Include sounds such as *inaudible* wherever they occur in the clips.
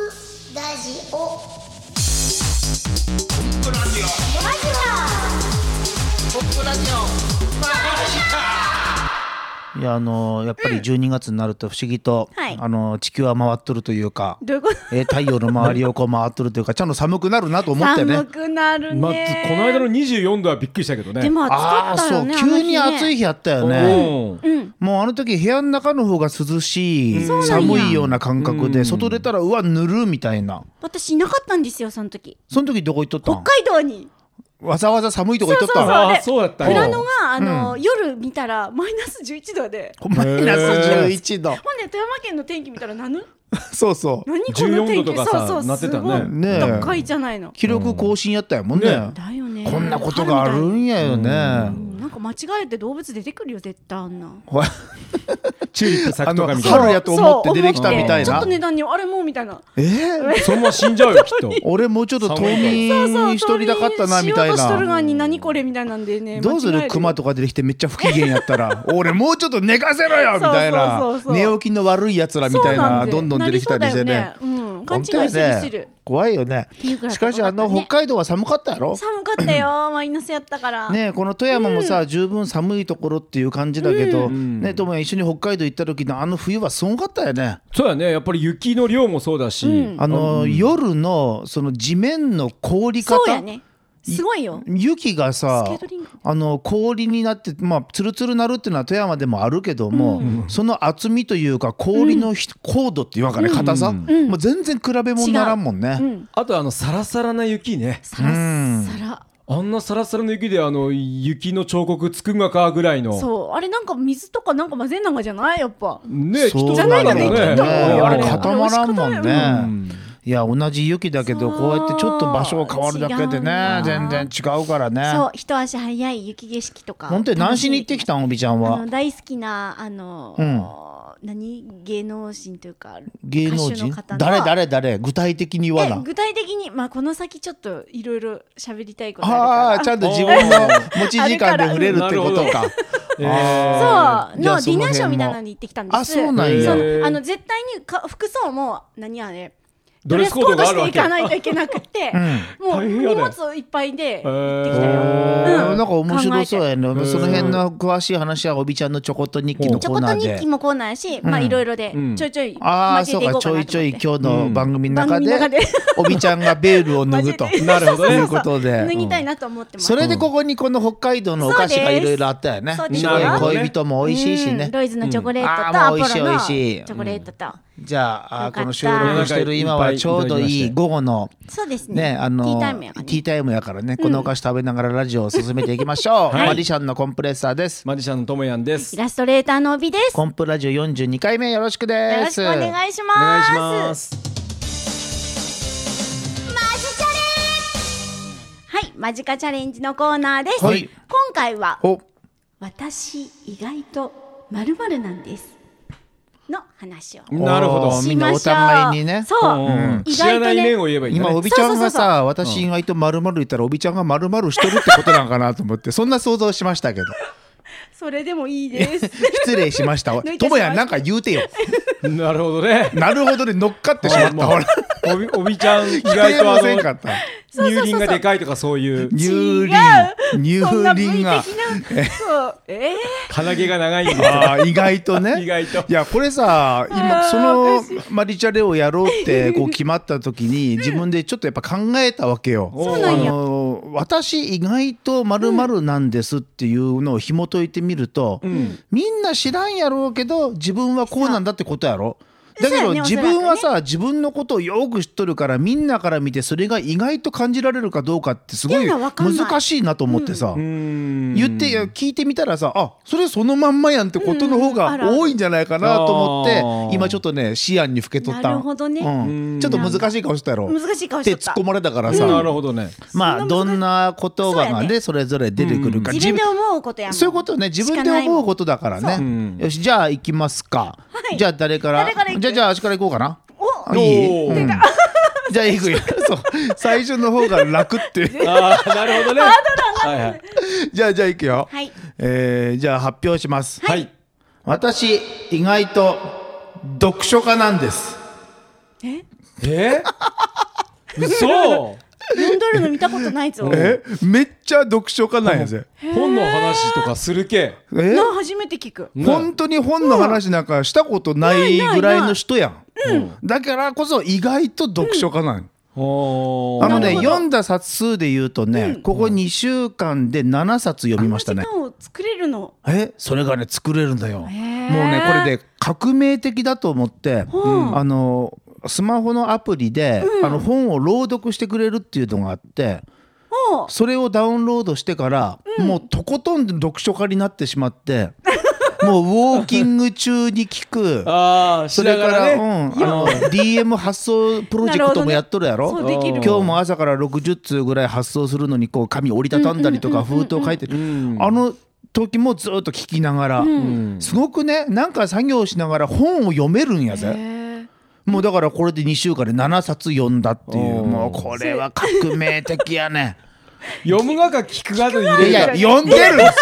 ラジオポップラジオラジポップラジオいやあのやっぱり12月になると不思議と、はいあの地球は回っとるというか、どういうことえー太陽の周りをこう回っとるというかちゃんと寒くなるなと思ってね寒くなるね、まあ、この間の24度はびっくりしたけどね。でも暑あかあったそようね急に暑い日日あったよねうん、もうあの時部屋の中の方が涼しい、そうなんや寒いような感覚で、外出たらうわぬるみたいな私いなかったんですよその時その時どこ行っとった北ん海道にわざわざ寒いとこ行っとっそうたんあであ、そうだったお富良蔵の野があの、夜見たらマイナス11度でマイナス11度ほんで富山県の天気見たら何そうそう何この天14気度とかさそうそうなってたすねごいねえ高いじゃないの記録更新やったやもんね,、ねだよねこんなことがあるんやよね、うんなんか間違えて動物出てくるよ絶対あんなわチューリップ咲くとかみたいあの春な。やと思って出てきたみたいなそう思ってちょっと値段にあれもうみたいなえーそのまま死んじゃうよ、きっと。俺もうちょっと冬眠しとりたかったなみたいしとるな。がに何これみたいなんでねどうす間違えるよクマとか出てきてめっちゃ不機嫌やったら *laughs* 俺もうちょっと寝かせろよみたいなそうそうそうそう寝起きの悪いやつらみたいなどんどん出てきたりしてねなりそうだよねうん勘違本い当やするするね怖いよねていうくらいしかしあの怖かったね北海道は寒かったやろ寒かったよマイナスやったからねえこの富山もさ十分寒いところっていう感じだけどねえ友也一緒に北海道行った時のあの冬はすごかったよねそうだね、やっぱり雪の量もそうだし。あの夜のその地面の凍り方そうやねすごいよ雪がさスケートリンクあの氷になって、まあ、つるつるなるっていうのは富山でもあるけども、その厚みというか氷のひ、高度っていうかね硬さ、もう全然比べ物にならんもんね、あとあのサラサラな雪ねサラッサラあんなサラサラの雪であの雪の彫刻つくがかぐらいのそうあれなんか水とかなんか混ぜんなんかじゃないやっぱねそうじゃないんだのねね人きだっとろうあれあれ固まらんもん美味しね、いや同じ雪だけどそうこうやってちょっと場所が変わるだけでね違う全んだ然違うからそうね一足早い雪景色とか本当に何しに行ってきのたんおびちゃんあはの大好きなあの何芸能人というか芸能歌手人の方の誰誰誰具体的に言わえな具体的にまあこの先ちょっといろいろ喋りたいことあああちるかゃんと自 *laughs* 分の持ち時間で触れるってことなるかえーらそうじゃのあデその辺もィナーショーみたいなのに行ってきたんですあそうなんやそうあの絶対にか服装も何あれドレスコードがあるドわレスコードしていかけないといけなくて、もう大変や荷ね物いっぱいで行ってきたよ、なうんんか面白そうやねえてその辺の詳しい話はおびちゃんのちょこっと日記のちコょーこっナとー日で記もコーナーし、まあいろいろでちょいちょいああそ交うかえていこうちかなとょ思っいてちょい今日の番組の中番組の中ででおびちゃんがベールを脱ぐと脱いでなるほどといねうこと脱でぎたいなと思ってますそれでここにこの北海道のお菓子がいろいろあったよねそうですそうです白い恋人も美味しいしうねんロイズのチョコレートうんとあーアもポうロ美の味しいチ美味しいョコレートとじゃああーよかったこの収録してる今はちょうどいい午後のそうですねねあのティータイムやからねティータイムやからねこのお菓子食べながらラジオを進めていきましょうマディシャンのコンプレッサーですマジシャンのともやんですイラストレーターの帯ですコンプラジオ42回目よろしくですよろしくお願いしまおす願いしますはいマジカチャレンジのコーナーです、はい今回はお私意外とまるまるなんですの話をなるほどおーみしんなまおしょう互いにねそう、うん意知ら外なといね面を言えばいいんだ今ねおびちゃんがそうそうそうさ私意外とまる言ったらおびちゃんがまるしてるってことなんかなと思ってそんな想像しましたけどそれでもいいです *laughs* 失礼しましたお *laughs* 抜いいてしまといもやなんか言うてよ *laughs* なるほどねなるほどで乗っかってしまっもたうほらおびおびちゃん意否定もせん外とかっあのた乳輪がでかいとかそういう乳輪乳そんな V 輪的がな *laughs* そうえ鼻毛が長いんですよあー意外とね意外といやこれさ今そのマリチャレをやろうってこう決まった時 *laughs* に自分でちょっとやっぱ考えたわけよ。そうなんやあの私意外とまるなんですっていうのを紐解いてみると、みんな知らんやろうけど自分はこうなんだってことやろ。だけそうどやね自分はおそさ自分のことをよく知っとるからみんなから見てそれが意外と感じられるかどうかってすごいいやわかんない難しいなと思ってさ。うん言っていや聞いてみたらさあそれそのまんまやんってことの方うんあがるある多いんじゃないかなと思あっーて今ちょっとね思案にふけとったんなるほどねうんちょっと難しい顔したやろ難しい顔し手とっ突った込まれたからうんなさるほどねまあどんな言葉そうがやねねそれぞれ出てくるか自分で自分思うことやもんそういうことね自分で思うことだからそうねよしじゃあ行きますかいじゃあ誰から誰から行じくゃあじゃあ足から行こうかなおあいいおーうんじゃあ行 *laughs* くよそう最初の方が楽っていうああなるほどねはいはいじゃあじゃあ行くよはいえーじゃあ発表しますはい私意外と読書家なんですえー嘘読んどるの見たことないぞ。えめっちゃ読書家なんやぜ本の話とかするけえな初めて聞く。ね本当に本の話なんかしたことないぐらいの人やんうんだからこそ意外と読書家なんよおーあのねなるほど読んだ冊数で言うとね、ここ2週間で7冊読みましたねこの時間を作れるの。えそれがね作れるんだよ、ーもうねこれで革命的だと思って、あのスマホのアプリで、あの本を朗読してくれるっていうのがあっておうそれをダウンロードしてから、もうとことん読書家になってしまって *laughs* もうウォーキング中に聞くああそしなれかがららうねん、あの DM 発送プロジェクトもやっとるやろそうできる。今日も朝から60通ぐらい発送するのにこう紙折りたたんだりとか封筒書いてるあの時もずっと聞きながら、すごくねなんか作業しながら本を読めるんやぜ。もうだからこれで2週間で7冊読んだっていうおーもうこれは革命的やね読むがか聞くがの入いれるやかいや読んでるし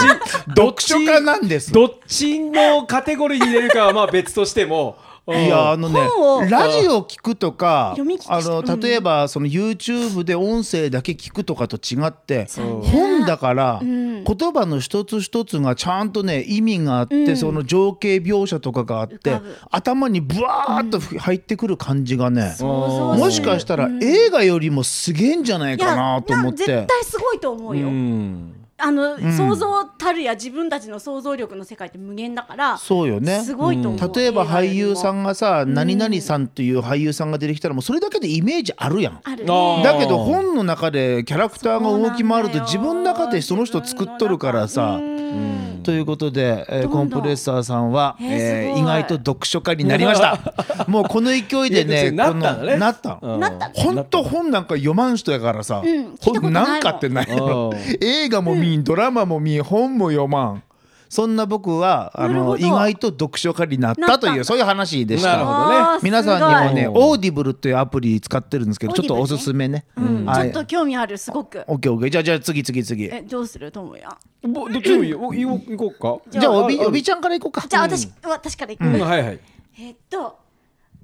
読書家なんですどっちのカテゴリーに入れるかはまあ別としてもいいやあのね本をラジオ聞くとか読み聞きしあのうん例えばその YouTube で音声だけ聞くとかと違ってうね本だからん言葉の一つ一つがちゃんとね意味があってその情景描写とかがあっ浮てかぶ頭にブワーッと入ってくる感じがね想像もしかしたら映画よりもすげえんじゃないいやかなと思っなて絶。対すごいと思うよ。うんあの、想像たるや自分たちの想像力の世界って無限だから。そうよねすごいと思う。例えば俳優さ映んがさ何々さんという俳優さんが出てきたらもうそれだけでイメージあるやん。画よりあもあるね。だけど本の中でキャラクターが動き回ると自そう分なのんだよ中でその人作っとるからさう。んということで、えーどんコどんンプレッサーさんは、えーすえごーい意外と読書家になりま *laughs* した。もうこの勢いでいやね、なこったんだねのなったの。なった本当本なんか読まん人やからさ、ん聞いたこと本ないもんなんかってないやろうん。映画も見ん、ドラマも見ん、本も読まん。そんな僕はあなるのほど意外と読書家になっなたっとたいうそういう話でしなるた。ほどあー皆さんにもね、すごいオーディブルというアプリ使ってるんですけど、ちょっとおすすめね。うんちはょいっと興味あるすごく。オッケーオッケーじゃあじゃあ次次次えどうするともや。ぼどっちでもいいよおいこ行こうかじゃあおびああおびちゃんから行こうかじゃあ私私からいく。うんはいはいえっと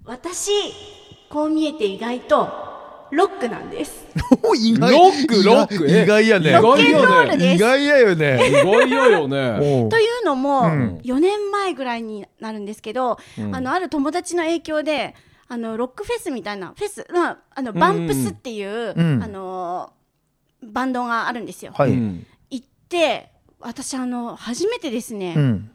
私こう見えて意外とロックなんです。お意ロ外ックロック意外やね意外よねです意外やよね意外やよねおうというのも、ん4年前ぐらいになるんですけど、あのある友達の影響であのロックフェスみたいなフェス、まあ、あのバンプスっていう、うんあのバンドがあるんですよ。はういん行って私あの初めてですね、うん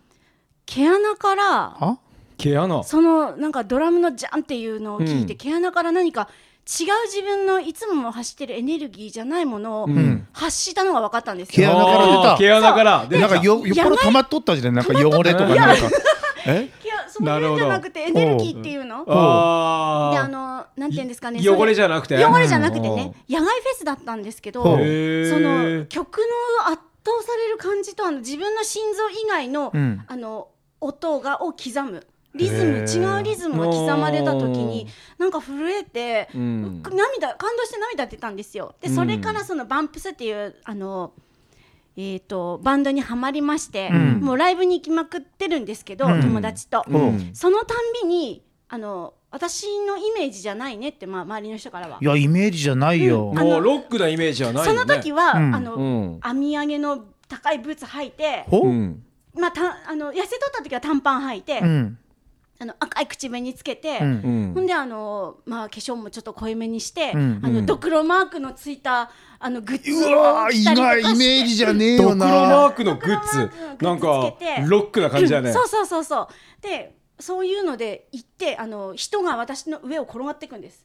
毛穴からは毛穴そのなんかドラムのジャンっていうのを聞いて、うん毛穴から何か違う自分のいつも走ってるエネルギーじゃないものをん発したのが分かったんです毛よ。穴から出たあー毛穴から出てきなたんかよよっぽど溜まっとったじゃないなんか汚れとかなんかえ毛穴その辺じゃなくてエネルギーっていうのあでーあのなんて言うんですかねい汚れじゃゃなくて汚れじゃなくてね野外フェスだったんですけどそほうのの曲の圧倒される感じとあの自分の心臓以外の,、うんあの音がを刻むリズへムー違うリズムが刻まれた時になんか震えて、うん涙感動して涙出たんですよでそれからそのバンプスっていうあのえー、とバンドにはまりまして、うんもうライブに行きまくってるんですけど、うん。友達と、うんそのたんびにあの私のイメージじゃないねって、まあ、周りの人からはいやイメージじゃないよあものうロックなイメージはないそよのね時は、うんあの、うん網上げの高いブーツ履いて、ほううんまあ、たあの痩せとった時は短パン履いて、うんあの赤い口紅つけて、うんうんほんであの、まあ、化粧もちょっと濃いめにして、うんあうのんドクロマークのついたあのグッズうわをー意着たりと外かしてイメージじゃねえドよクロマーなクのグッズドなんクロマーかクのグッズつけてロ *laughs* ックな感じだうねんそうそうそうそうでそういうので行ってあの人が私の上を転がっていくんです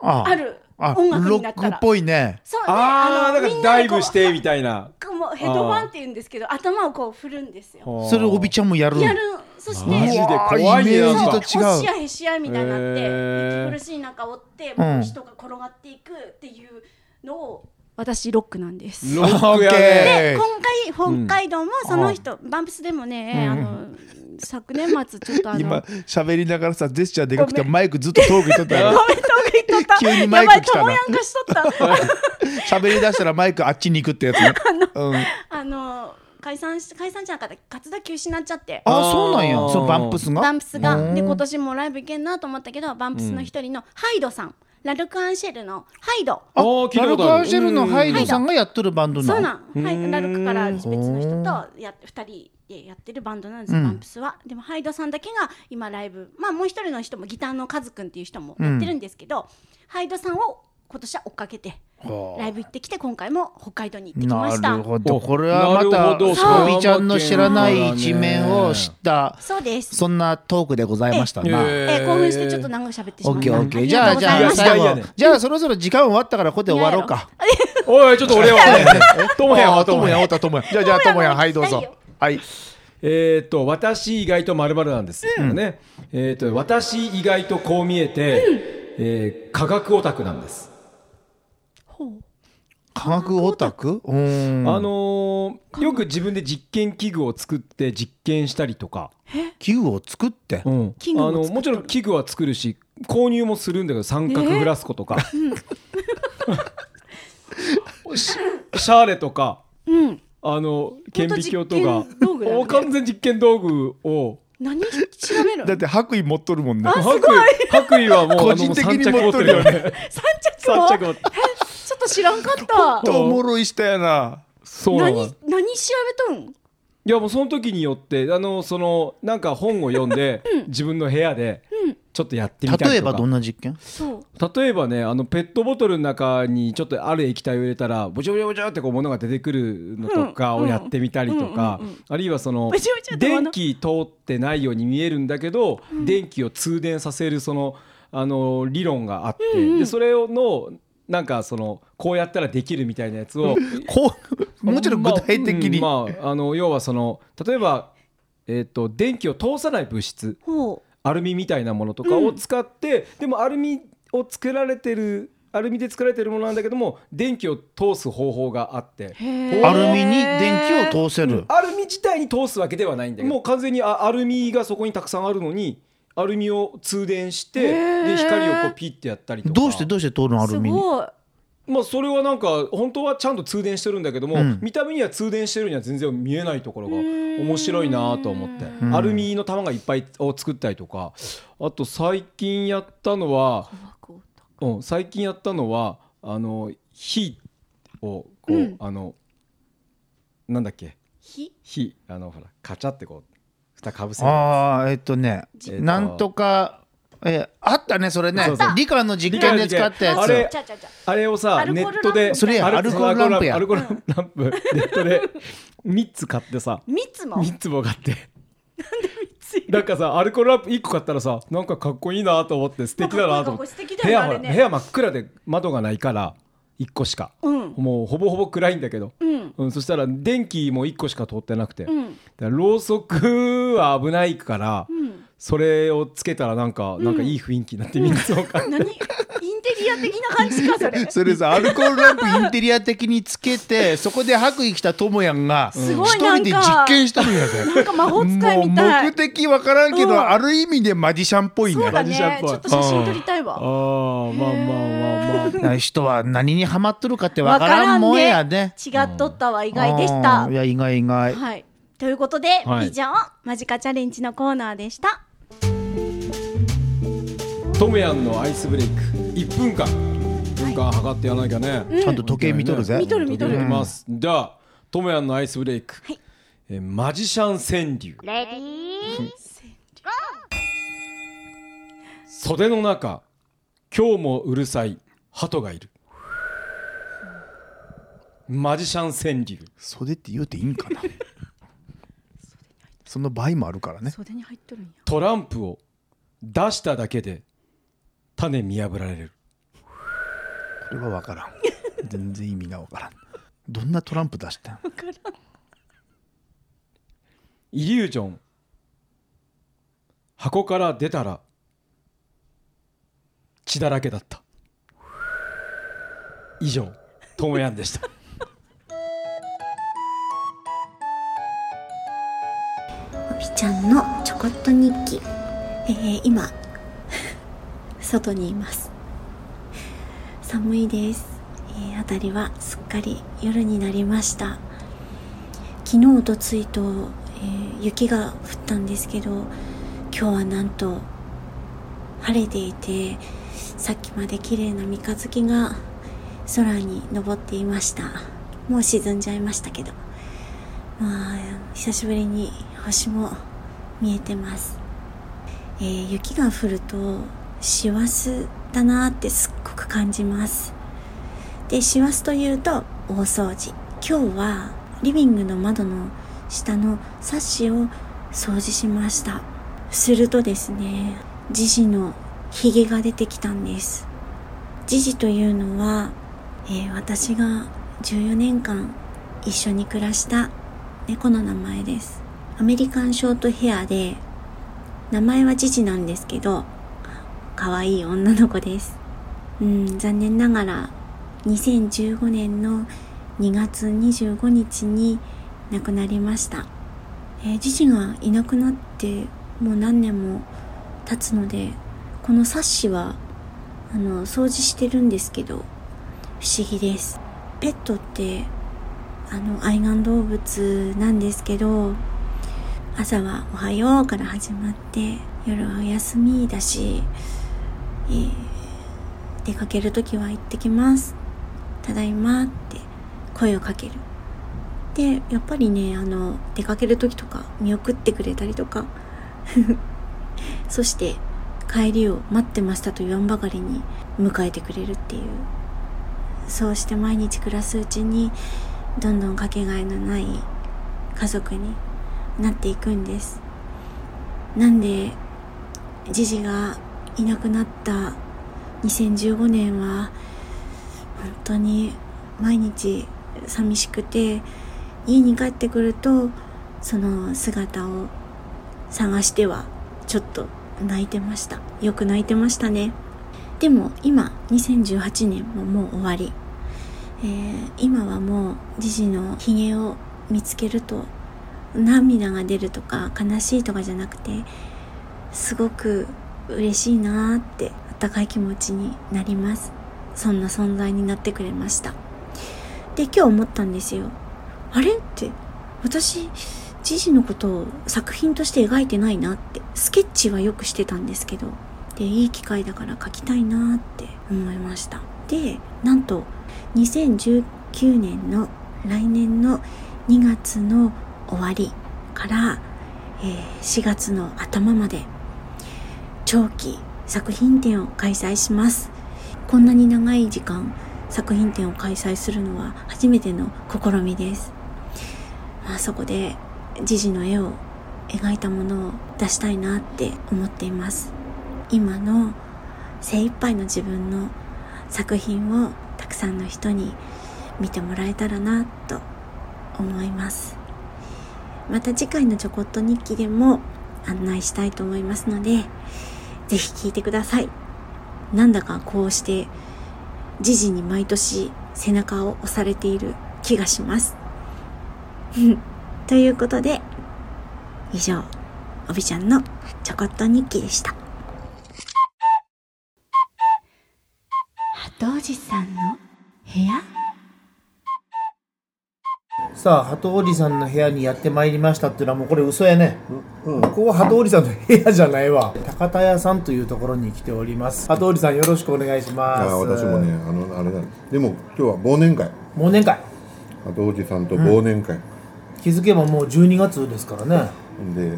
ああるあ音楽ロになッっクたっらぽいねそうねああのだみからんなダでイこうブしてみたいなもうヘドバンって言うんですけど頭をこう振るんですよそれおびちゃんもやるやるそしてマジでうわー怖いねイメそうー押ジと違うし合いへし合いみたいになって、へー息苦しい中追って、うん人が転がっていくっていうのを私ロックなんですロックやねでえー今回北海道もその人、バンプスでもね、あの昨年末ちょっとあの今喋りながらさジェスチャーでかくてマイクずっと遠く行っとったやろごめんとめとった急にマイク来たなやばいともやんがしと *laughs* った喋り出したらマイクあっちに行くってやつねうんあの解散し解散じゃなかった活動休止になっちゃってあそうなんやそのバンプスがバンプスがうんで今年もライブ行けんなと思ったけどバンプスの一人のハイドさんラルク・アンシェルのハイドあ聞いラたこルとク・あアるンシェルのハイドさんがやっとるバンドなそのうなん、はい、ラルクから別の人とや2人でやってるバンドなんですよ、バンプスはでもハイドさんだけが今ライブまあもう一人の人もギターのカズくんっていう人もやってるんですけど、ハイドさんを今年は追っかけてライブ行ってきて今回も北海道に行ってきましたなるほどおこれはまなるたほどそうびちゃんの知らない一面を知ったそうですそんなトークでございましたな。ええー興奮してちょっと長く喋ってしまオッったケーオッケーじゃあありじがゃとうあございました最いやい後やじゃあそろそろ時間終わったからここで終わろうか。おいちょっと俺はともやんはととももややおたともやじゃあじゃあともやはいどうぞはいえー、と私意外とまるなんですけどね、えー、と私意外とこう見えて、えー科学オタクなんです、科学オタクうーんあのーよく自分で実験器具を作って実験したりとか、器具を作ってうん器具をあの作っとるもちろん器具は作るし購入もするんだけど三角フラスコとか、 *laughs* シシャーレとか、うんあの顕微鏡とほかんと実験道具だねお完全実験道具を何調べるだのって白衣持っとるもんね白衣白衣はもう個人的に持っとるよあのもう三着持ってるよねね *laughs* 三着三も着持ってちょっと知らんかったとおもろいしたやなそうな何の何調べとんいやもうその時によってあのそのなんか本を読んで、自分の部屋でちょっとやってみたりとか例えばどんな実験そう例えばねあのペットボトルの中にちょっとある液体を入れたらボチャボチャボチャってこう物が出てくるのとかをやってみたりとか、あるいはそのボチャボチャって電気通ってないように見えるんだけど、電気を通電させるそのあの理論があって、でそれをのなんかそのこうやったらできるみたいなやつを *laughs* こう *laughs* もうちょっと具体的にまあうんまああの要はその例えば、えー、と電気を通さない物質ほアルミみたいなものとかを使って、でもアルミを作られてるアルミで作られてるものなんだけども電気を通す方法があってうへーアルミに電気を通せるアルミ自体に通すわけではないんだけどもう完全にあアルミがそこにたくさんあるのにアルミを通電してで光をこうピッてやったりとかどうしてどうして通るのアすルミにごいまあ、それはなんか本当はちゃんと通電してるんだけども、うん見た目には通電してるには全然見えないところが面白いなと思ってアルミの玉がいっぱいを作ったりとかあと最近やったのは、うん、最近やったのはあの火をこう、あのなんだっけ火火あのほらカチャってこう蓋かぶせるああえっとねえっとなんとかえあったねそれねそうそう理科の実験で使ったやあつれちゃうちゃうちゃうあれをさアルコネールランプットでそれやあアルコールランプやアルコールランプネッ *laughs* トで3つ買ってさ蜜も三つも買ってなんかさアルコールランプ1個買ったらさなんかかっこいいなと思って素敵だなと思なんかかっこっていい素敵部だよね屋はあれね部屋真っ暗で窓がないから1個しか、うんもうほぼほぼ暗いんだけど、うんうんそしたら電気も1個しか通ってなくて、うんだからろうそくは危ないから、んそれをつけたらなんか、なんかいい雰囲気になってみるそう *laughs* か、何インテリア的な感じか *laughs* それそれさアルコールランプインテリア的につけ *laughs* てそこで白衣着たともやんがす一ごい人で実験したるんやでなんか魔法使いみたもうい目的わからんけうんどある意味でマジシャンっぽいそうねだマジねシャンっぽいちょっと写真撮りたいわああまあまあまあまあ人は何にハマっとるかってわからんもんやね違っとったわ意外でしたうんいや意外意外はいということで、はい以上マジカチャレンジのコーナーでしたトムヤンのアイスブレイク1分間1分間測ってやらなきゃね、ちゃんと時計見とるぜ見とる見とる時計見ますじゃあトムヤンのアイスブレイク、はいえーマジシャン川柳レディー袖の中今日もうるさい鳩がいるマジシャン川柳袖って言うていいんかなその場合もあるからね袖に入っとるんやトランプを出しただけで種見破られるこれは分からん全然意味が分からんどんなトランプ出したんイリュージョン箱から出たら血だらけだった以上トモヤン *laughs* でしたおびちゃんのちょこっと日記えー、今 *laughs* 外にいます寒いです、えー、辺りはすっかり夜になりました昨日おとついと、えー雪が降ったんですけど今日はなんと晴れていてさっきまで綺麗な三日月が空に昇っていましたもう沈んじゃいましたけどまあ久しぶりに星も見えてます、えー雪が降ると師走だなってすっごく感じますで師走というと大掃除今日はリビングの窓の下のサッシを掃除しましたするとですねジジのヒゲが出てきたんですジジというのは、えー私が14年間一緒に暮らした猫の名前ですアメリカンショートヘアで名前はジジなんですけど可愛い女の子ですうん残念ながら2015年の2月25日に亡くなりました、えー、ジジがいなくなってもう何年も経つのでこのサッシはあの掃除してるんですけど不思議ですペットってあの愛玩動物なんですけど朝は「おはよう」から始まって夜はお休みだし、えー出かける時は行ってきますただいまって声をかけるでやっぱりねあの出かける時とか見送ってくれたりとか *laughs* そして帰りを待ってましたと言わんばかりに迎えてくれるっていうそうして毎日暮らすうちにどんどんかけがえのない家族になっていくんですなんでジジがいなくなった2015年は本当に毎日寂しくて家に帰ってくるとその姿を探してはちょっと泣いてましたよく泣いてましたねでも今2018年ももう終わり、えー今はもうジジのひげを見つけると涙が出るとか悲しいとかじゃなくてすごく嬉しいなーって温かい気持ちになりますそんな存在になってくれましたで今日思ったんですよあれって私ジジのことを作品として描いてないなってスケッチはよくしてたんですけどでいい機会だから描きたいなって思いましたでなんと2019年の来年の2月の終わりから、えー4月の頭まで長期作品展を開催しますこんなに長い時間作品展を開催するのは初めての試みです、まあ、そこでジジの絵を描いたものを出したいなって思っています今の精一杯の自分の作品をたくさんの人に見てもらえたらなと思いますまた次回のちょこっと日記でも案内したいと思いますのでぜひ聞いてくださいなんだかこうしてジジに毎年背中を押されている気がします *laughs* うんということで以上おびちゃんのちょこっと日記でした同時さんの部屋さあ鳩織さんの部屋にやってまいりましたっていうのはもうこれ嘘やね、うんここは鳩織さんの部屋じゃないわ高田屋さんというところに来ております鳩織さんよろしくお願いしますあ私もねあのあれなんですでも今日は忘年会忘年会あとおじさんと忘年会、気づけばもう12月ですからねで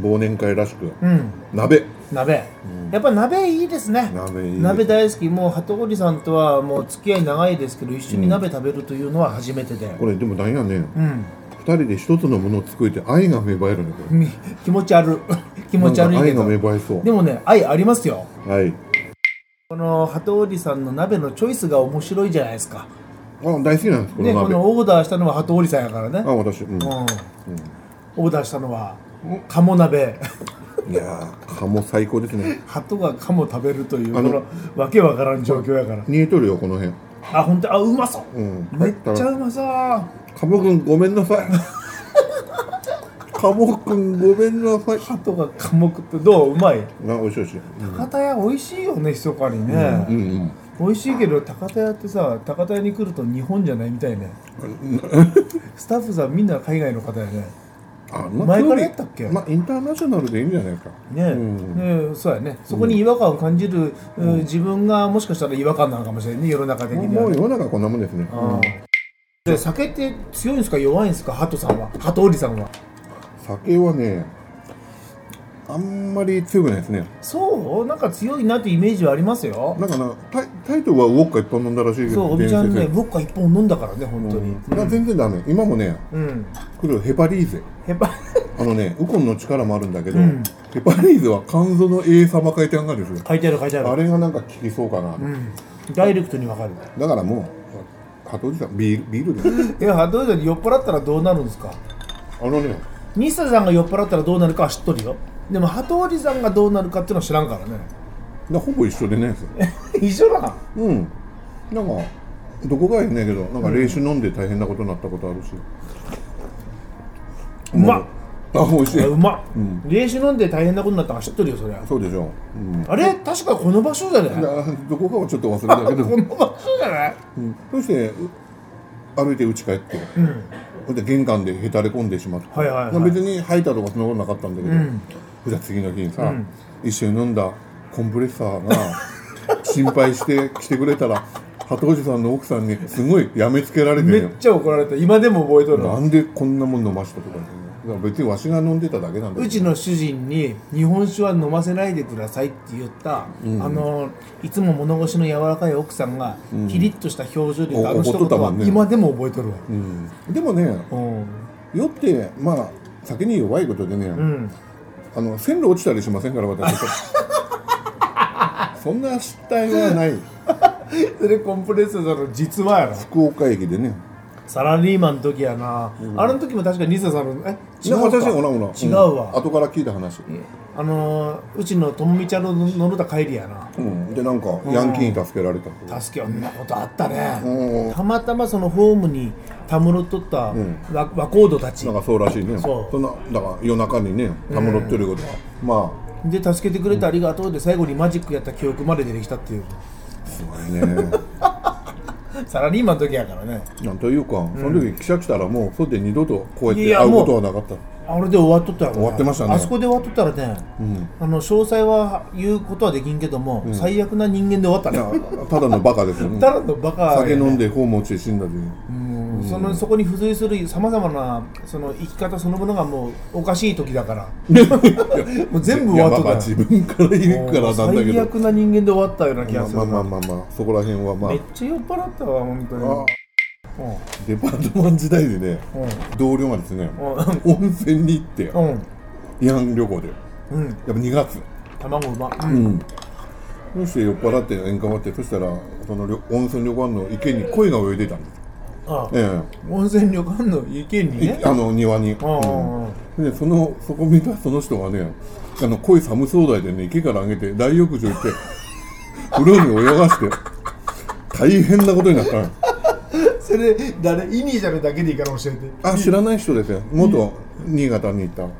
忘年会らしくうん鍋鍋、やっぱ鍋いいですね鍋いい鍋大好きもう鳩織さんとはもう付き合い長いですけど一緒に鍋食べるというのは初めてで、これでもなんやねうん、二人で一つのものを作って愛が芽生えるねこれみ *laughs* 気持ち悪い気持ち悪いけなんかど愛が芽生えそうでもね愛ありますよはいこの鳩織さんの鍋のチョイスが面白いじゃないですかあ大好きなんですこねのこ鍋、のオーダーしたのは鳩織さんやからね、あ私うん、うん、オーダーしたのは鴨鍋いやー鴨最高ですね鳩が鴨食べるというこあののわけわからん状況やから煮えとるよこの辺あ本当あうまそうう、んめっちゃうまそう鴨くんごめんなさ *laughs* い鴨くんごめんなさい鳩が鴨食ってどううまいな美味しい美味しい高田屋美味しいよね密かにね、うんうんうん美味しいけど高田屋ってさ高田屋に *laughs* 来ると日本じゃないみたいねスタッフさんみんな海外の方やねあんな前から距離やったっけまあインターナショナルでいいんじゃないですかねうんねそうやねそこに違和感を感じる、うん自分がもしかしたら違和感なのかもしれないね世の中的もうにもはうね世の中こんなもんですねうんで酒って強いんですか弱いんですかハトさんはハトおりさんは酒はねあんまり強くないですねそうなんか強いなってイメージはありますよなんかなタイタイトルはウォッカいっぱい飲んだらしいけどそうおびちゃんね伝説ウォッカ一本飲んだからね本当うにんいや全然ダメ今もねうん、来るヘパリーゼやっぱあのねウコンの力もあるんだけど、うんヘパリーゼは肝臓の A 様回転があるんですよ書いてある書いてあるあれがなんか効きそうかな、うんダイレクトにわかるだからもう加藤さんビールビールです *laughs* いやハトおりさん酔っ払ったらどうなるんですかあのね西田さんが酔っ払ったらどうなるかは知っとるよでも鳩織さんがどうなるかっていうのは知らんからね *laughs* なほぼ一緒でねですよ一緒だなうんなんかどこがいいんだけどなんか冷酒飲んで大変なことになったことあるし、うまっあ美味しいあうまっ、うん冷酒飲んで大変なことになったのは知っとるよそりゃそうでしょう、うん、あれ確かこの場所じゃないだどこかはちょっと忘れたけどこの場所じゃないうんそしてう歩いて家帰って、それで玄関でへたれ込んでしまった、はいはいはいまあ別に吐いたとかそんなことなかったんだけど、んじゃあ次の日にさ、一緒に飲んだコンプレッサーが心配して来てくれたら鳩おじさんの奥さんにすごいやめつけられてめるよっちゃ怒られた今でも覚えとるなわんでこんなもん飲ましたとか言ってねだから別にわしが飲んでただけなんだうちの主人に「日本酒は飲ませないでください」って言った、あのいつも物腰の柔らかい奥さんがキリッとした表情で言った、おあの一怒っと言ったもはんね今でも覚えとるわ、うん、でもねうん酔ってまあ酒に弱いことでね、うん、あの線路落ちたりしませんから *laughs* 私そんな失態はないそれコンプレッサーさんの実話やろ福岡駅でねサラリーマンの時やな、あの時も確か西田さんのえ違なんうかか私ほらほら違うわ、ん後から聞いた話、あのーうちのともみちゃんの乗るた帰りやなうん、でなんかヤンキーに助けられた助けあんなことあったうね、んたまたまそのホームにたむろっとったわん和コードたちなんかそうらしいねそうんなだから夜中にねたむろってることは、まで助けてくれてありがとうで最後にマジックやった記憶まで出てきたっていうあすごいねサラリーマンの時やからねなんというかその時記者来たらもうそれで二度とこうやっいてや会うもこうとはなかったあれで終わっとったやろ、ね、終わってましたねあそこで終わっとったらね、んあの詳細は言うことはできんけども、最悪な人間で終わったねいやただのバカですよね *laughs* ただのバカやね酒飲んでホーム落ちて死んだでうんそのそこに付随するさまざまなその生き方そのものがもうおかしい時 *laughs* だからもう全部終わっといやまあまあった自分から言うからなんだけ最ど悪な人間で終わったような気がするまな、あまあまあまあ、まあ、そこら辺はまあめっちゃ酔っ払ったわ本当にあデパートマン時代でね同僚がですね温泉に行ってうんうん慰安旅行でやうん、うん、っぱ2月卵うまっ、うんそして酔っ払って喧嘩張ってそしたらその旅温泉旅館の池に鯉が泳いでたんですあえ温泉旅館の池にえいねあの庭に、ああうんでそのそこ見たその人がねあの鯉寒そうだいでね池から上げて大浴場行って風呂に泳がして大変なことになったのよそれ誰イニシャルだけでいいから教えてあ知らない人ですよ元新潟にいたうん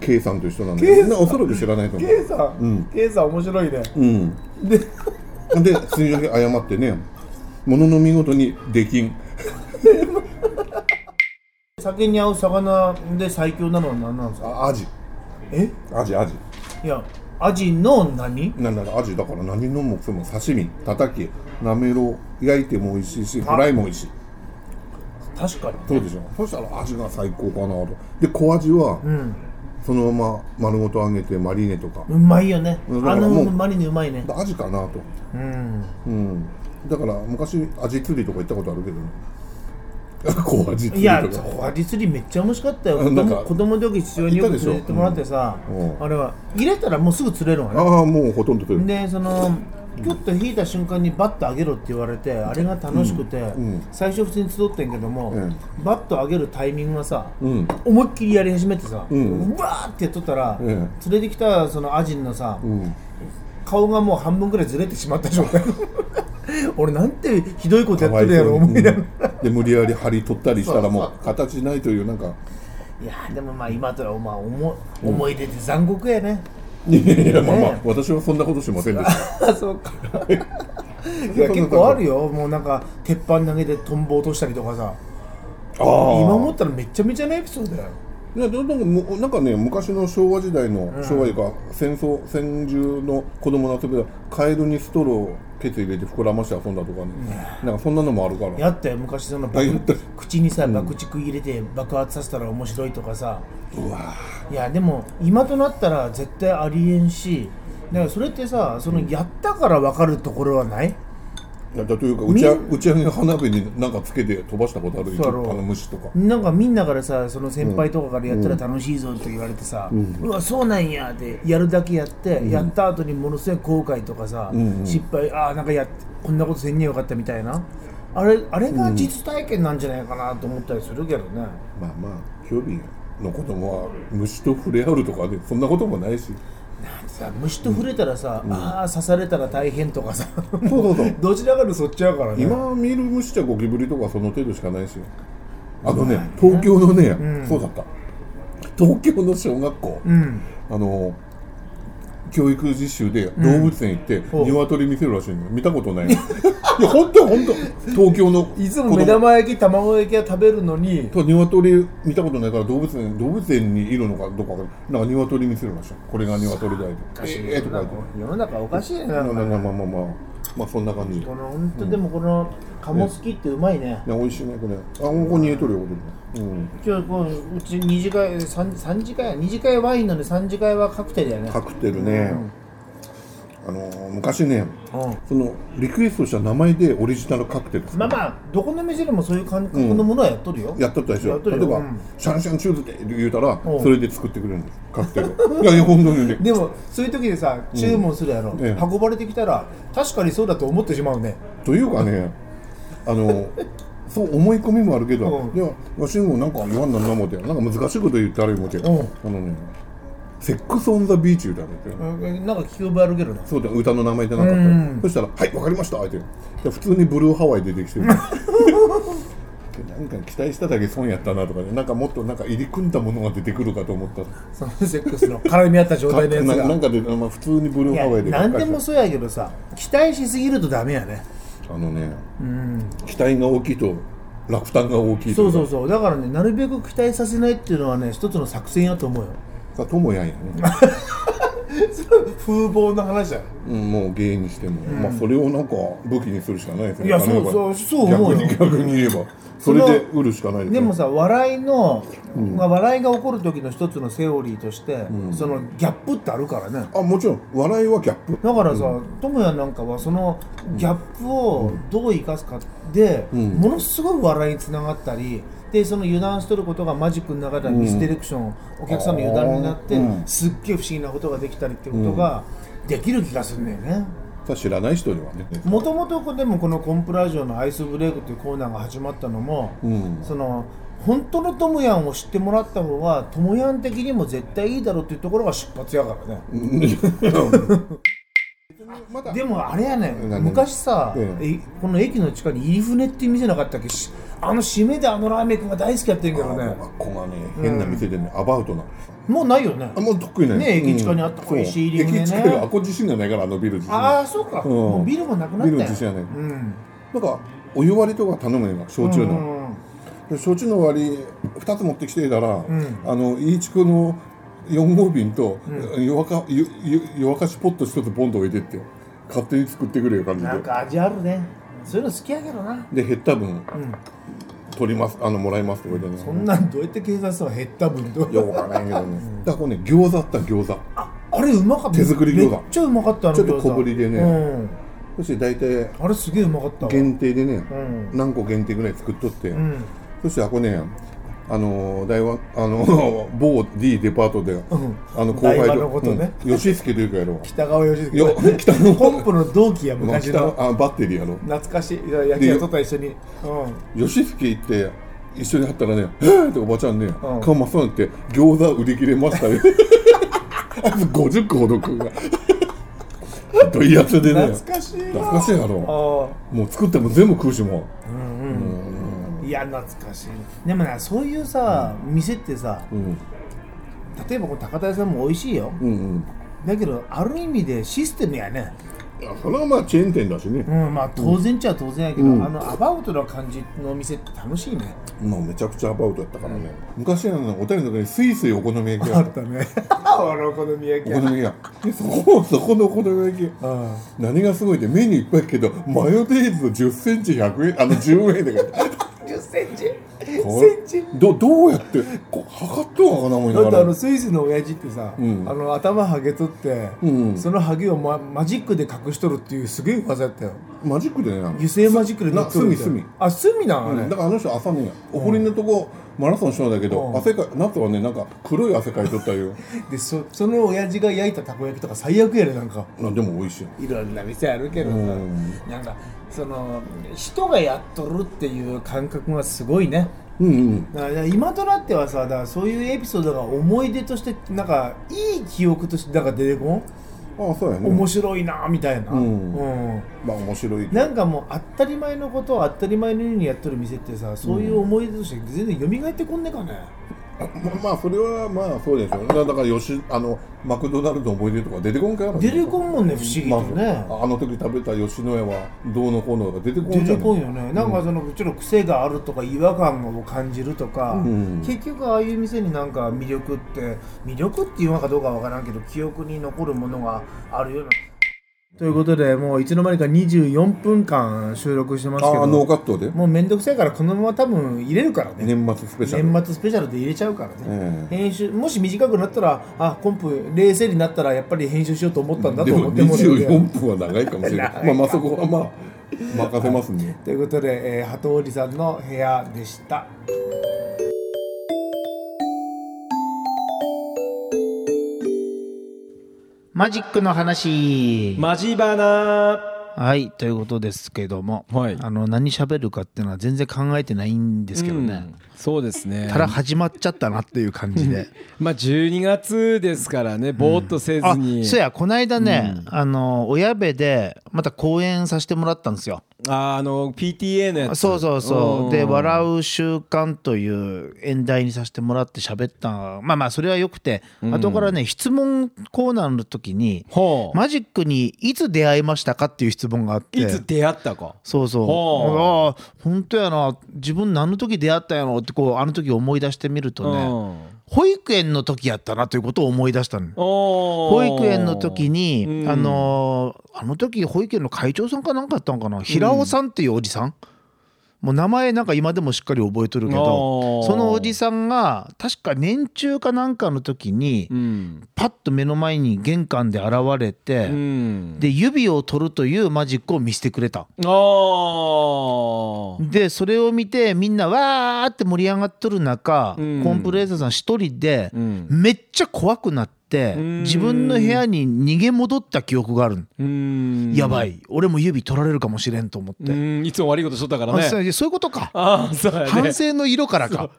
K さんと一緒なん圭でさんなおそらく知らないと思 K うさん、うん K さん面白いねうんでで次の日謝ってねものの見事に出禁酒に合う魚で最強なのは何なんですかあアジえアジアジいやアジの何なんならアジだから何のもくせも刺身叩きなめろう焼いても美味しいしフライも美味しい確かにそうでしょそしたら味が最高かなとで小アジはうんそのまま丸ごと揚げてマリネとかうまいよねあうんだからのもうマリネうまいねアジかなとうんうんだから昔アジ釣りとか行ったことあるけどね *laughs* 小アジ釣いりやとかそうアジ釣りめっちゃ美味しかったよう子んなん供か子供の時父親によく言っ連たでしょれてってもらってさ、うんあれは入れたらもうすぐ釣れるわねああもうほとんど取れるでそのキュッと引いた瞬間にバッと上げろって言われてあれが楽しくて、ん最初普通に集ってんけども、うんバッと上げるタイミングがさ、うん思いっきりやり始めてさ、うんわーってやっとったら、うん連れてきたそのアジンのさ、うん顔がもう半分くらいずれてしまった状態 *laughs* 俺なんてひどいことやってるやろかわいそう思にいながらうんで無理やり針取ったりしたらもう形ないというなんかいやーでもまあ今とはまあ思思い出って残酷やね、いやいやまあまねあ私はそんなことしませんでしたあそうかいや結構あるよもうなんか鉄板投げでトンボ落としたりとかさあー今思ったらめちゃめちゃなエピソードだよいやどんどんむなんかね昔の昭和時代の、昭和というか戦争戦中の子供の遊びでカエルにストローケツ入れて膨らまして遊んだとかね、なんかそんなのもあるからやったよ昔そのあやった爆口にさ爆竹入れて爆発させたら面白いとかさうわいやでも今となったら絶対ありえんしだからそれってさそのやったから分かるところはない、ーだというか打ちあみ打ち上げ花火になんかつけて飛ばしたことあるそうだろうあの虫とかなんかみんなからさその先輩とかからやったら楽しいぞって言われてさ、うわそうなんやってやるだけやって、やった後にものすごい後悔とかさ、んうん失敗ああなんかやっこんなことせんにゃよかったみたいなあれあれが実体験なんじゃないかなと思ったりするけどね、まあまあ興味の子供は虫と触れ合うとかねそんなこともないしさ虫と触れたらさ、ああ刺されたら大変とかさそうそうそう *laughs* どちらかのそっちやからね今見る虫ちゃゴキブリとかその程度しかないしあのね東京のね、そうだった東京の小学校、うんあの教育実習で動物園行って、うん鶏見せるらしいの見たこと *laughs* ないのいや本当本当東京のいつも目玉焼き卵焼きは食べるのにと鶏見たことないから動物園動物園にいるのかどうかわかんないなんか鶏見せるらしいこれが鶏だよええとか言って世の中おかしいなまあまあまあまあまあまあそんな感じこの本当でもこの鴨好きってうまいね。ね美味しいねこれあここに入れとるよこれうん今日こううち二次会三三次会二次会ワインなので三次会はカクテルだよね。カクテルね、あのー昔ねうんそのリクエストした名前でオリジナルカクテル作るまあまあどこの店でもそういう感覚のものはやっとるよ。やっとったでしやょっと例えるよば、うんシャンシャンチューズって言うたらうんそれで作ってくれるんですカクテルいやいや本当にねでもそういう時でさ注文するやろ、ええ運ばれてきたら確かにそうだと思ってしまうねというかねあのーそう思い込みもあるけど、うんいやわしもなんか言わんなんな思てなんか難しいこと言ってある思て、あんのねセックス・オン・ザ・ビーチ歌うて、うんなんか聞き覚えあるけどなそうだ歌の名前じゃなかった、うんそしたら「はいわかりました」って言うで普通にブルーハワイ出て *laughs* きてるなんか期待しただけ損やったなとかねなんかもっとなんか入り組んだものが出てくるかと思ったそのセックスの絡み合った状態のやつななんが。かで、まあ、普通にブルいーやハワイで何でもそうやけどさ期待しすぎるとダメやね。あのね、期待が大きいと落胆が大きいとそうそうそうだからねなるべく期待させないっていうのはね一つの作戦やと思うようともやんやね、 *laughs* 風貌の話だようん、もう芸にしても、まあ、それをなんか武器にするしかないですよねいやそうあのそうそう思うよ逆に逆に言えばそれで売るしかないですねでもさ笑いの、まあ笑いが起こる時の一つのセオリーとして、そのギャップってあるからねあもちろん笑いはギャップだからさ智也、なんかはそのギャップをどう生かすかで、ものすごい笑いにつながったりでその油断しとることがマジックの中ではミスディレクション、お客さんの油断になって、すっげえ不思議なことができたりってことができる気がするんだよね。さあ知らない人にはねもともとこうでもこの「コンプラジオのアイスブレイク」というコーナーが始まったのも、んその本当のトムヤンを知ってもらった方がトムヤン的にも絶対いいだろうっていうところが出発やからね、まだでもあれやねん何昔さ、えええこの駅の地下に入船っていう店なかったっけしあの締めであのラーメン君が大好きやってるけどねあ *laughs* ここがね変な店でね、アバウトなもうないよねあもう得意なね駅近にあった美味しい入り口ね駅近にあこ自信がないからあのビル自身ああそうか、んもうビルもなくなったビルよ自身はねうんなんかお湯割りとか頼むのよ焼酎の、うんで焼酎の割り2つ持ってきてたら、んあの飯地区の4号瓶と、夜明かゆゆ夜明かしポット1つボンと置いてってよ勝手に作ってくれよ感じなでんか味あるねそういうの好きやけどなで減った分、取りますあのもらいますってことでねこんなんどうやって計算するの減った分どうよくわからないけどね、だからこれね餃子あった餃子あれうまかった手作り餃子めっちゃうまかったあのちょっと餃子小ぶりでねうんそして大体あれすげえうまかったわ限定でね、ん何個限定ぐらい作っとって、うんそしてあこねあのー大和あの *laughs* ー某 D デパートで、んあの後輩大和のことねうん、吉助というかやろう北川義よ介北のコンプの同期やまあ *laughs* 昔北のあバッテリーやろう懐かしい野球やっとった一緒にうん吉助行って一緒に会ったらね「えーっておばちゃんね、顔真っ青になって餃子売り切れま *laughs* したねあいつ50個ほど食うがひどいやつでね懐かしい懐かしいやろあもう作っても全部食うしもあいや懐かしいでもなそういうさ店ってさう、うん例えばこの高田屋さんも美味しいようんうん、だけどある意味でシステムやねそれはまあチェーン店だしね、うんまあ当然っちゃ当然やけど、うんあのアバウトな感じのお店って楽しいねもうめちゃくちゃアバウトやったからね、昔はあのお便りの時にスイスイお好み焼きがあったね俺お好みお焼き好屋み焼き屋でそこそこのお好み焼きうん何がすごいってメニューいっぱいあるけどマヨネーズ1 0ンチ100円あの10円で書いてある10センチこれ10センチどどうやってこう測っとんのかな思いなだっがてあらのスイスの親父ってさ、うんあの頭ハゲ取って、うんそのハゲをママジックで隠しとるっていうすげえ技だったよマジックでねなんか油性マジックで塗っとるんだよな隅隅あ隅なんあれ、うんだからあの人朝ねお堀のとこマラソンしとんだけど、うん汗か夏はねなんか黒い汗かいとったよでそその親父が焼いたたこ焼きとか最悪やねなんかまあでも美味しいいろんな店あるけどさ、うんなんかその人がやっとるっていう感覚がすごいねうんうんだから今となってはさだからそういうエピソードが思い出としてなんかいい記憶としてなんか出てこん、ああそうやね面白いなみたいな、うんうんまあ面白いなんかもう当たり前のことを当たり前のようにやってる店ってさそういう思い出として全然蘇ってこんねえかね、まあまあそれはまあそうでしょうだだからよしあのマクドナルドの思い出とか出てこんからね出てこんもんね不思議とね、まあ、あの時食べた吉野家はどうのこうのが出てこんじゃ出んてこんよねなんかそのちょっと癖があるとか違和感を感じるとか、うん結局ああいう店になんか魅力って魅力っていうのかどうかわからんけど記憶に残るものがあるようなということでもういつの間にか24分間収録してますけああどノーカットでもうめんどくさいからこのまま多分入れるからね年末スペシャル年末スペシャルで入れちゃうからね、ええ編集もし短くなったらあコンプ冷静になったらやっぱり編集しようと思ったんだでと思もってもらえる24分は長いかもしれないまあまあそこはまあ任せますねということで、えー、鳩織さんの部屋でしたマジックの話マジバナはいということですけども、はいあの何喋るかっていうのは全然考えてないんですけどね、そうですねただ始まっちゃったなっていう感じ *laughs* でまあ12月ですからねぼーっとせずあに、そうやこの間ね、あの親部でまた講演させてもらったんですよああの PTA のやつそうそうそうで「笑笑う習慣」という演題にさせてもらって喋ったまあまあそれはよくて、後からね質問コーナーの時にほうマジックにいつ出会いましたかっていう質問があっていつ出会ったかそうそうほああ本当やな自分何の時出会ったんやろってこうあの時思い出してみるとね保育園の時やったなということを思い出したの保保育園の時に、うんあのーあの時保育園の会長さんかなんかやったんかな平尾さんっていうおじさん、もう名前なんか今でもしっかり覚えとるけどおーそのおじさんが確か年中かなんかの時に、うん、パッと目の前に玄関で現れて、うん、で指を取るというマジックを見せてくれた。ああでそれを見てみんなわーって盛り上がっとる中、うんコンプレッサーさん一人でうんめっちゃ怖くなって、うん自分の部屋に逃げ戻った記憶があるの、うんやばい俺も指取られるかもしれんと思って、うんいつも悪いことしとったからあそうねいやそういうことかああそうやね反省の色からか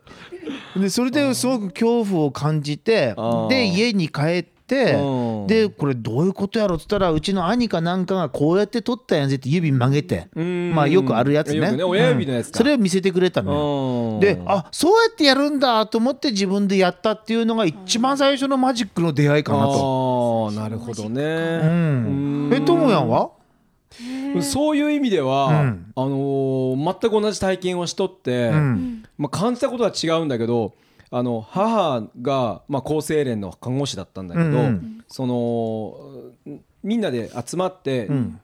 でそれですごく恐怖を感じてあーで家に帰ってうんでこれどういうことやろっつったらうちの兄かなんかがこうやって取ったんやぜって指曲げてうんまあよくあるやつねよくね親指のやつうんかそれを見せてくれたのようんであそうやってやるんだと思って自分でやったっていうのが一番最初のマジックの出会いかなと。ああなるほどね、ううん、えともやんはそういう意味では、うんあのー全く同じ体験をしとって、うんまあ、感じたことは違うんだけどあの母が、まあ、厚生連の看護師だったんだけど、うんうそのうんみんなで集まって、うん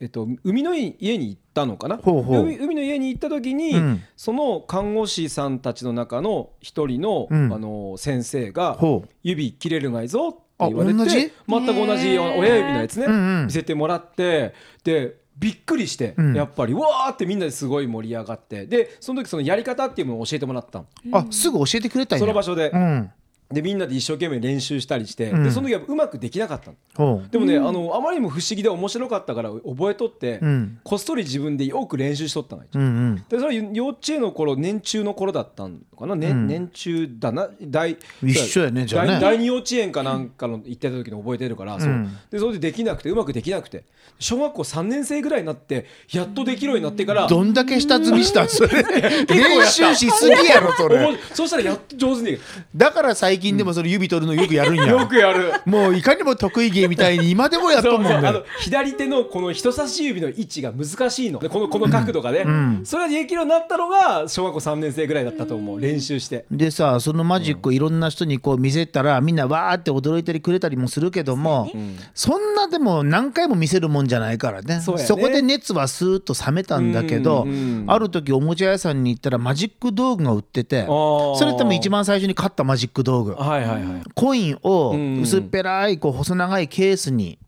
えっと、海の家に行ったのかなほうほう海海の家に行った時に、うんその看護師さんたちの中の一人の、うんあの先生がほう「指切れるがいぞ」って言われあ同てじ全く同じ親指のやつね、うんうん見せてもらってでびっくりして、うんやっぱりうわーってみんなですごい盛り上がってでその時そのやり方っていうものを教えてもらったの、あすぐ教えてくれたんやその場所で,、うんでみんなで一生懸命練習したりして、うんでその時はうまくできなかったのほでもね、あのあまりにも不思議で面白かったから覚えとって、ううんこっそり自分でよく練習しとったのよ、うんうんでそれは幼稚園の頃年中の頃だったのかな、ねうん年中だな大一緒やねじゃあね第第二幼稚園かなんかの行ってた時の覚えてるから、そううんでそれでできなくてうまくできなくて小学校3年生ぐらいになってやっとできるようになってか *laughs* らどんだけ下積み *laughs* したんそれ練習しすぎやろそおれもそうしたらやっと上手にだから最近でもその指取るのよくやるんや *laughs* よくやるもういかにも得意芸みたいに今でもやっとそんうもそうんあねの左手のこの人差し指の位置が難しいのでこのこの角度がね、それができるようになったのが小学校3年生ぐらいだったと思う練習してでさそのマジックをいろんな人にこう見せたらみんなわーって驚いたりくれたりもするけどもそんなでも何回も見せるもんじゃないからねそうやねこで熱はスーッと冷めたんだけどうんうんある時おもちゃ屋さんに行ったらマジック道具が売っててーそれ多分一番最初に買ったマジック道具はいはいはいコインをん薄っぺらいこう細長いケースに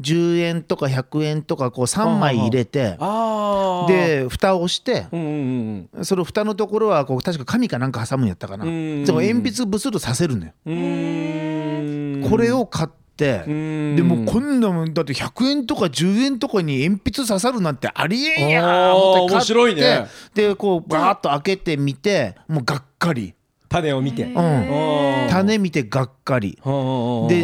10円とか100円とかこう3枚入れてああで蓋をしてうんうんうんその蓋のところはこう確か紙かなんか挟むんやったかなうんでも鉛筆ブスッとさせるのようーんこれを買ってんでもこんなもんだって100円とか10円とかに鉛筆刺さるなんてありえんやー思って買ってあー面白いねでこうバーッと開けてみてもうがっかり種を見て、ううんん種見てがっかりで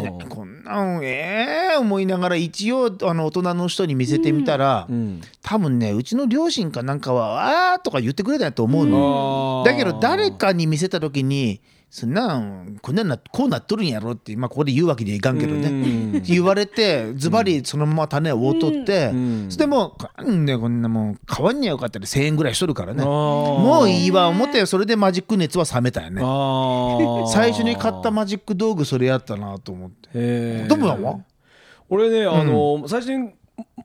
でこんなんええ思いながら一応あの大人の人に見せてみたら、ん多分ねうちの両親かなんかは「あー」とか言ってくれたんやと思うの、だけど誰かに見せた時に「そんなんこんなんなこうなっとるんやろ」って、まあ、ここで言うわけにはいかんけどね、言われてズバリそのまま種を覆うとって、んそれでもうなんでこんなもん買わんにゃよかったら1,000円ぐらいしとるからねももういいわ思ったよそれでマジック熱は冷めたよね最初に買ったマジック道具それやったなと思ってへートムなんは俺ねあの、最初に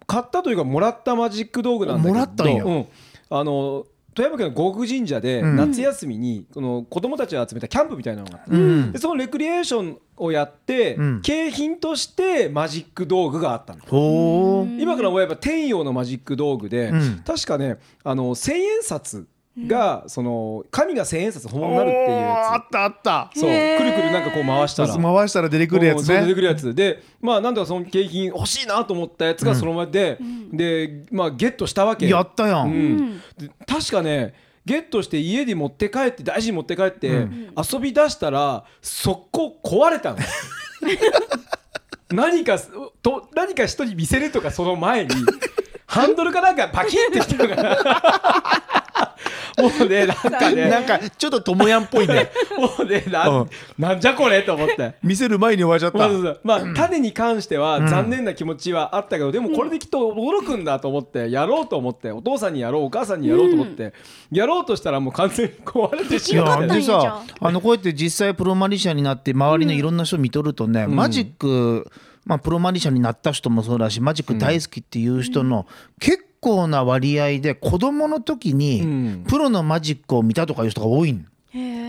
買ったというかもらったマジック道具なんだけどもらったんやうんあの富山県の護国神社でん夏休みにこの子供たちを集めたキャンプみたいなのがあって、うんでそのレクリエーションをやって、うん景品としてマジック道具があったの。ほう今から思えば天陽のマジック道具で、うん確かねあの千円札が、その紙が千円札本物になるっていうおーあやったあったつそうくるくるなんかこう回したら回したら出てくるやつうんそう出てねくるやつでまあなんとかその景品欲しいなと思ったやつがそのままで、でまあゲットしたわけやったやうんん、で確かねゲットして家に持って帰って大事に持って帰って、遊び出したら速攻壊れたの何かと何か人に見せるとかその前にハンドルかなんかパキンってきたのかなもうねなんかねなんかちょっとともやんっぽいねもうねな,、うんん、なんじゃこれと思って見せる前に終わっちゃまあ、っまあ、種に関しては残念な気持ちはあったけど、でもこれできっと驚くんだと思ってやろうと思ってお父さんにやろうお母さんにやろうと思って、やろうとしたらもう完全に壊れてたしまかっったてんでやじゃあさあのこうやって実際プロマジシャンになって周りのいろんな人見とるとね、マジック、まあ、プロマジシャンになった人もそうだしマジック大好きっていう人の結構な割合で子供の時にプロのマジックを見たとかいう人が多いの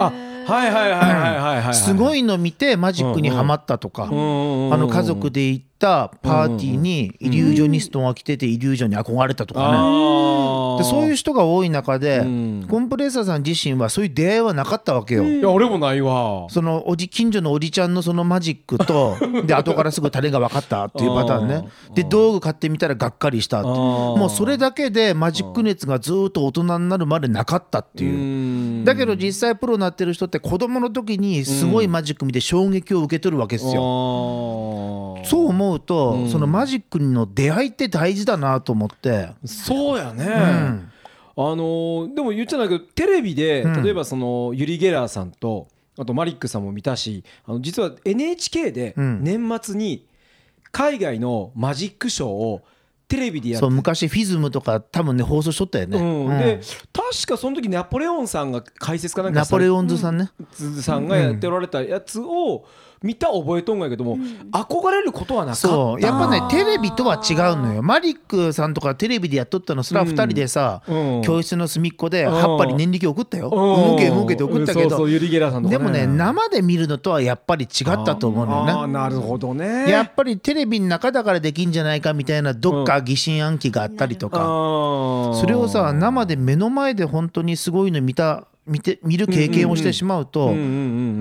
あはいはいはいはいはいはいすごいの見てマジックにはまったとか、あの家族で行ったパーティーにイリュージョニストが来ててイリュージョンに憧れたとかね。でそういうう人が多い中で、んコンプレッサーさん自身はそういう出会いはなかったわけよ。いや俺もないわそのおじ近所のおじちゃんのそのマジックとで後からすぐタレが分かったっていうパターンねで道具買ってみたらがっかりしたっていうあーもうそれだけでマジック熱がずーっと大人になるまでなかったっていううんだけど実際プロになってる人って子供の時にすごいマジック見て衝撃を受け取るわけですよ。あーそう思うと、そのマジックの出会いって大事だなと思って。そうやね、んあのーでも言っちゃないけどテレビでうん例えばそのユリ・ゲラーさんとあとマリックさんも見たしあの実は NHK でうん年末に海外のマジックショーをテレビでやってそう昔フィズムとか多分ね放送しとったよね。うん、うでん確かその時ナポレオンさんが解説かなんかナさポれレオンズさんね。さんがやっておられたやつを見た覚えとんがやけども、憧れることはなかったそうやっぱねテレビとは違うのよマリックさんとかテレビでやっとったのすらうん2人でさ、うん教室の隅っこでん葉っぱに念力送ったよう動んけ動けって送ったけそうどそうユリ・ゲラーさんとか、でもね生で見るのとはやっぱり違ったと思うのあよあね。なるほどねやっぱりテレビの中だからできんじゃないかみたいなどっか疑心暗鬼があったりとか、そそれをさ生で目の前で本当にすごいの見た見て見る経験をしてしまうと、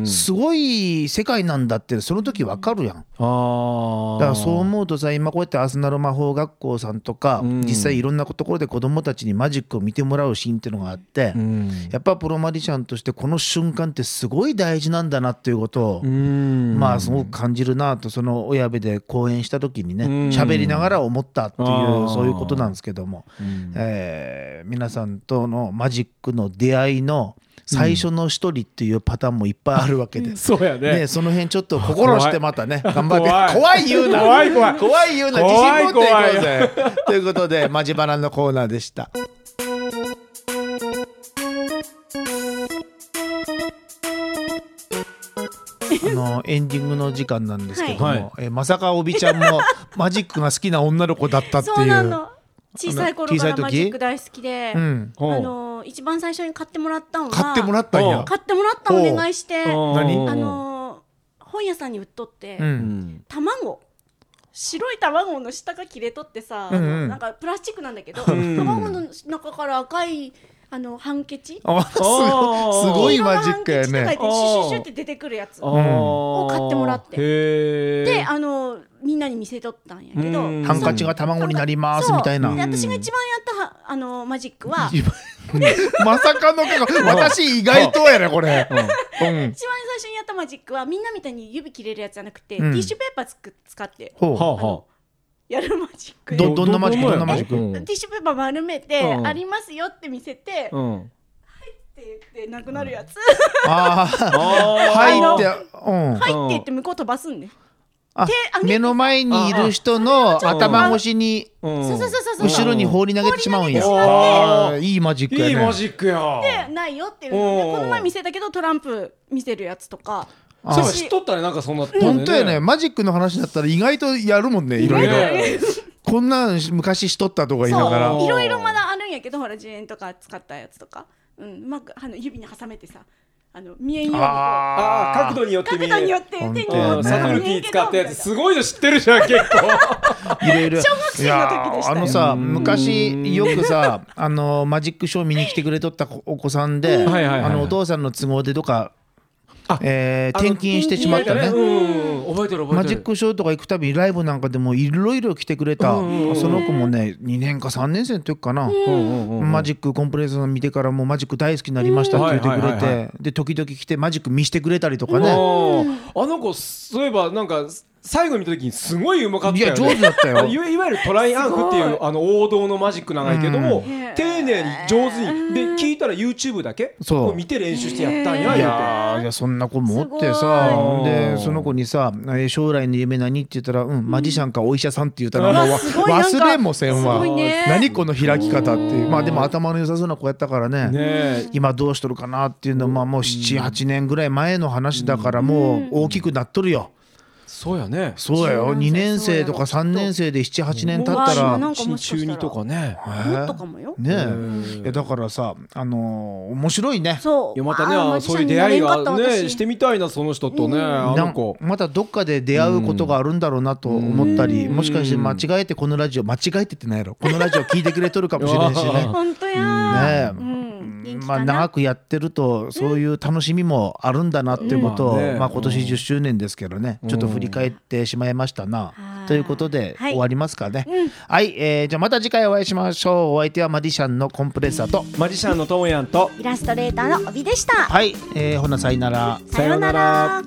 すごい世界なんだってその時わかるやん。あだからそう思うとさ今こうやってアスナロ魔法学校さんとか、うん実際いろんなところで子どもたちにマジックを見てもらうシーンっていうのがあって、うんやっぱプロマジシャンとしてこの瞬間ってすごい大事なんだなっていうことを、うんまあすごく感じるなとその親部で講演した時にねうん喋りながら思ったっていうあーそういうことなんですけども、えー皆さんとのマジックの出会いの最初の一人っていうパターンもいっぱいあるわけで、そうやねね、その辺ちょっと心してまたね頑張って怖怖いい言うな怖い怖い怖い言うな自怖い信持っていこうぜということで「マジバナ」のコーナーでした。あのエンディングの時間なんですけども、はいえまさかおびちゃんもマジックが好きな女の子だったっていう。そうなの小さい頃かあの小さいら時マジック大好きで、うん、あの一番最初に買ってもらったのが買ってもらったんや。買ってもらったお願いしてあ何の本屋さんに売っとって、うん卵白い卵の下が切れとってさ、うんうんなんかプラスチックなんだけど、ん卵の中から赤いあのハンケチあすごいすごいマジックや黄色のハンねケチと。か言ってシュッシュッシュッって出てくるやつんをを買ってもらってへでえあのみんなに見せとったんやけど、うんハンカチが卵になりますみたいなそう。でうん私が一番やったはあのマジックは一番まさかの結果私意外とやねこれ。うん。最初にやったマジックはみんなみたいに指切れるやつじゃなくて、うんティッシュペーパーつく使ってほうはあはやるマジックあでどどんなマジックどどんなマジックうんティッシュペーパー丸めて、うんありますよって見せて、っうんて言ってなくなるやつ、ああはい入ってうん。はいって言って向こう飛ばすんね。ああげて目の前にいる人の頭越しにそうそうそうそう。後ろに放り投げてしまうんや。放り投げてしまっあーいいマジックいいやマね。ジックやでないよっていうのおでーこの前見せたけどトランプ見せるやつとか。あそういえば知っとったねなんかそんな本当やねマジックの話だったら意外とやるもんねいろいろ。ねこんなん昔しとったとか言いながら。そういろいろまだあるんやけどほら10円とか使ったやつとか、うん、うまくあの指に挟めてさあの見えんようにこうあああ角度によって見角え度によって手本当にやねあ持ーつサトルキー使ったやつすごいの知ってるじゃん結構あいろいろ。小学生の時でしたいよやーあのさうん昔よくさ *laughs* あのマジックショー見に来てくれとったお子さんで、うんはいはいはあいのお父さんの都合でとか、あえーあの転勤してしまったね。うんうん覚えてる覚えてマるジックショーとか行くたびにライブなんかでもいろいろ来てくれた、うんうんうんその子もね2年か3年生の時かな、マジックコンプレッサー見てからもうマジック大好きになりましたって言ってくれうんて、はいはいで時々来てマジック見してくれたりとかね、あーあの子そういえばなんか最後見た時にすごいうまかったいよやね上手だった *laughs* よいわいわゆるトライアンフっていうあの王道のマジック長いけども、ん丁寧に上手にで聞いたら YouTube だけそうこ見て練習してやったんやい言うやーいやそんな子もおってすさごいでその子にさ「えー将来の夢何?」って言ったら「うんマジシャンかお医者さん」って言ったらもうわすごいなんか忘れもせんすわごいね何この開き方っていうまあでも頭の良さそうな子やったからねてね今どうしとるかなっていうのはまあもう78年ぐらい前の話だからもう大きくなっとるよそうやねそうやよそうなんだ2年生とかそう3やろ年生で78年経うったわらあなねんかもしか中した二らとかねもっとかもよ。えいやだからさあのー面白いねそう。いやまたねあーマジシそうャいンうに出な会れいんかったがね私してみたいなその人とねあなのん子またどっかで出会うことがあるんだろうなと思ったり、もしかして間違えてこのラジオ間違えてってないやろこ *laughs* のラジオ聞いてくれとるかもしれないしねね本当やー。えうん。元気まあ、か長な。くやってるとそういう楽しみもあるんだなっていうことを、うんまあ、今年10周年ですけどね、ちょっと振り返ってしまいましたな。はいということで、はい終わりますかね。はい、えーじゃあまた次回お会いしましょうお相手はマディシャンのコンプレッサーとマジシャンのともやんとイラストレーターの帯でした。はい、えーほなさいなら。さようなら。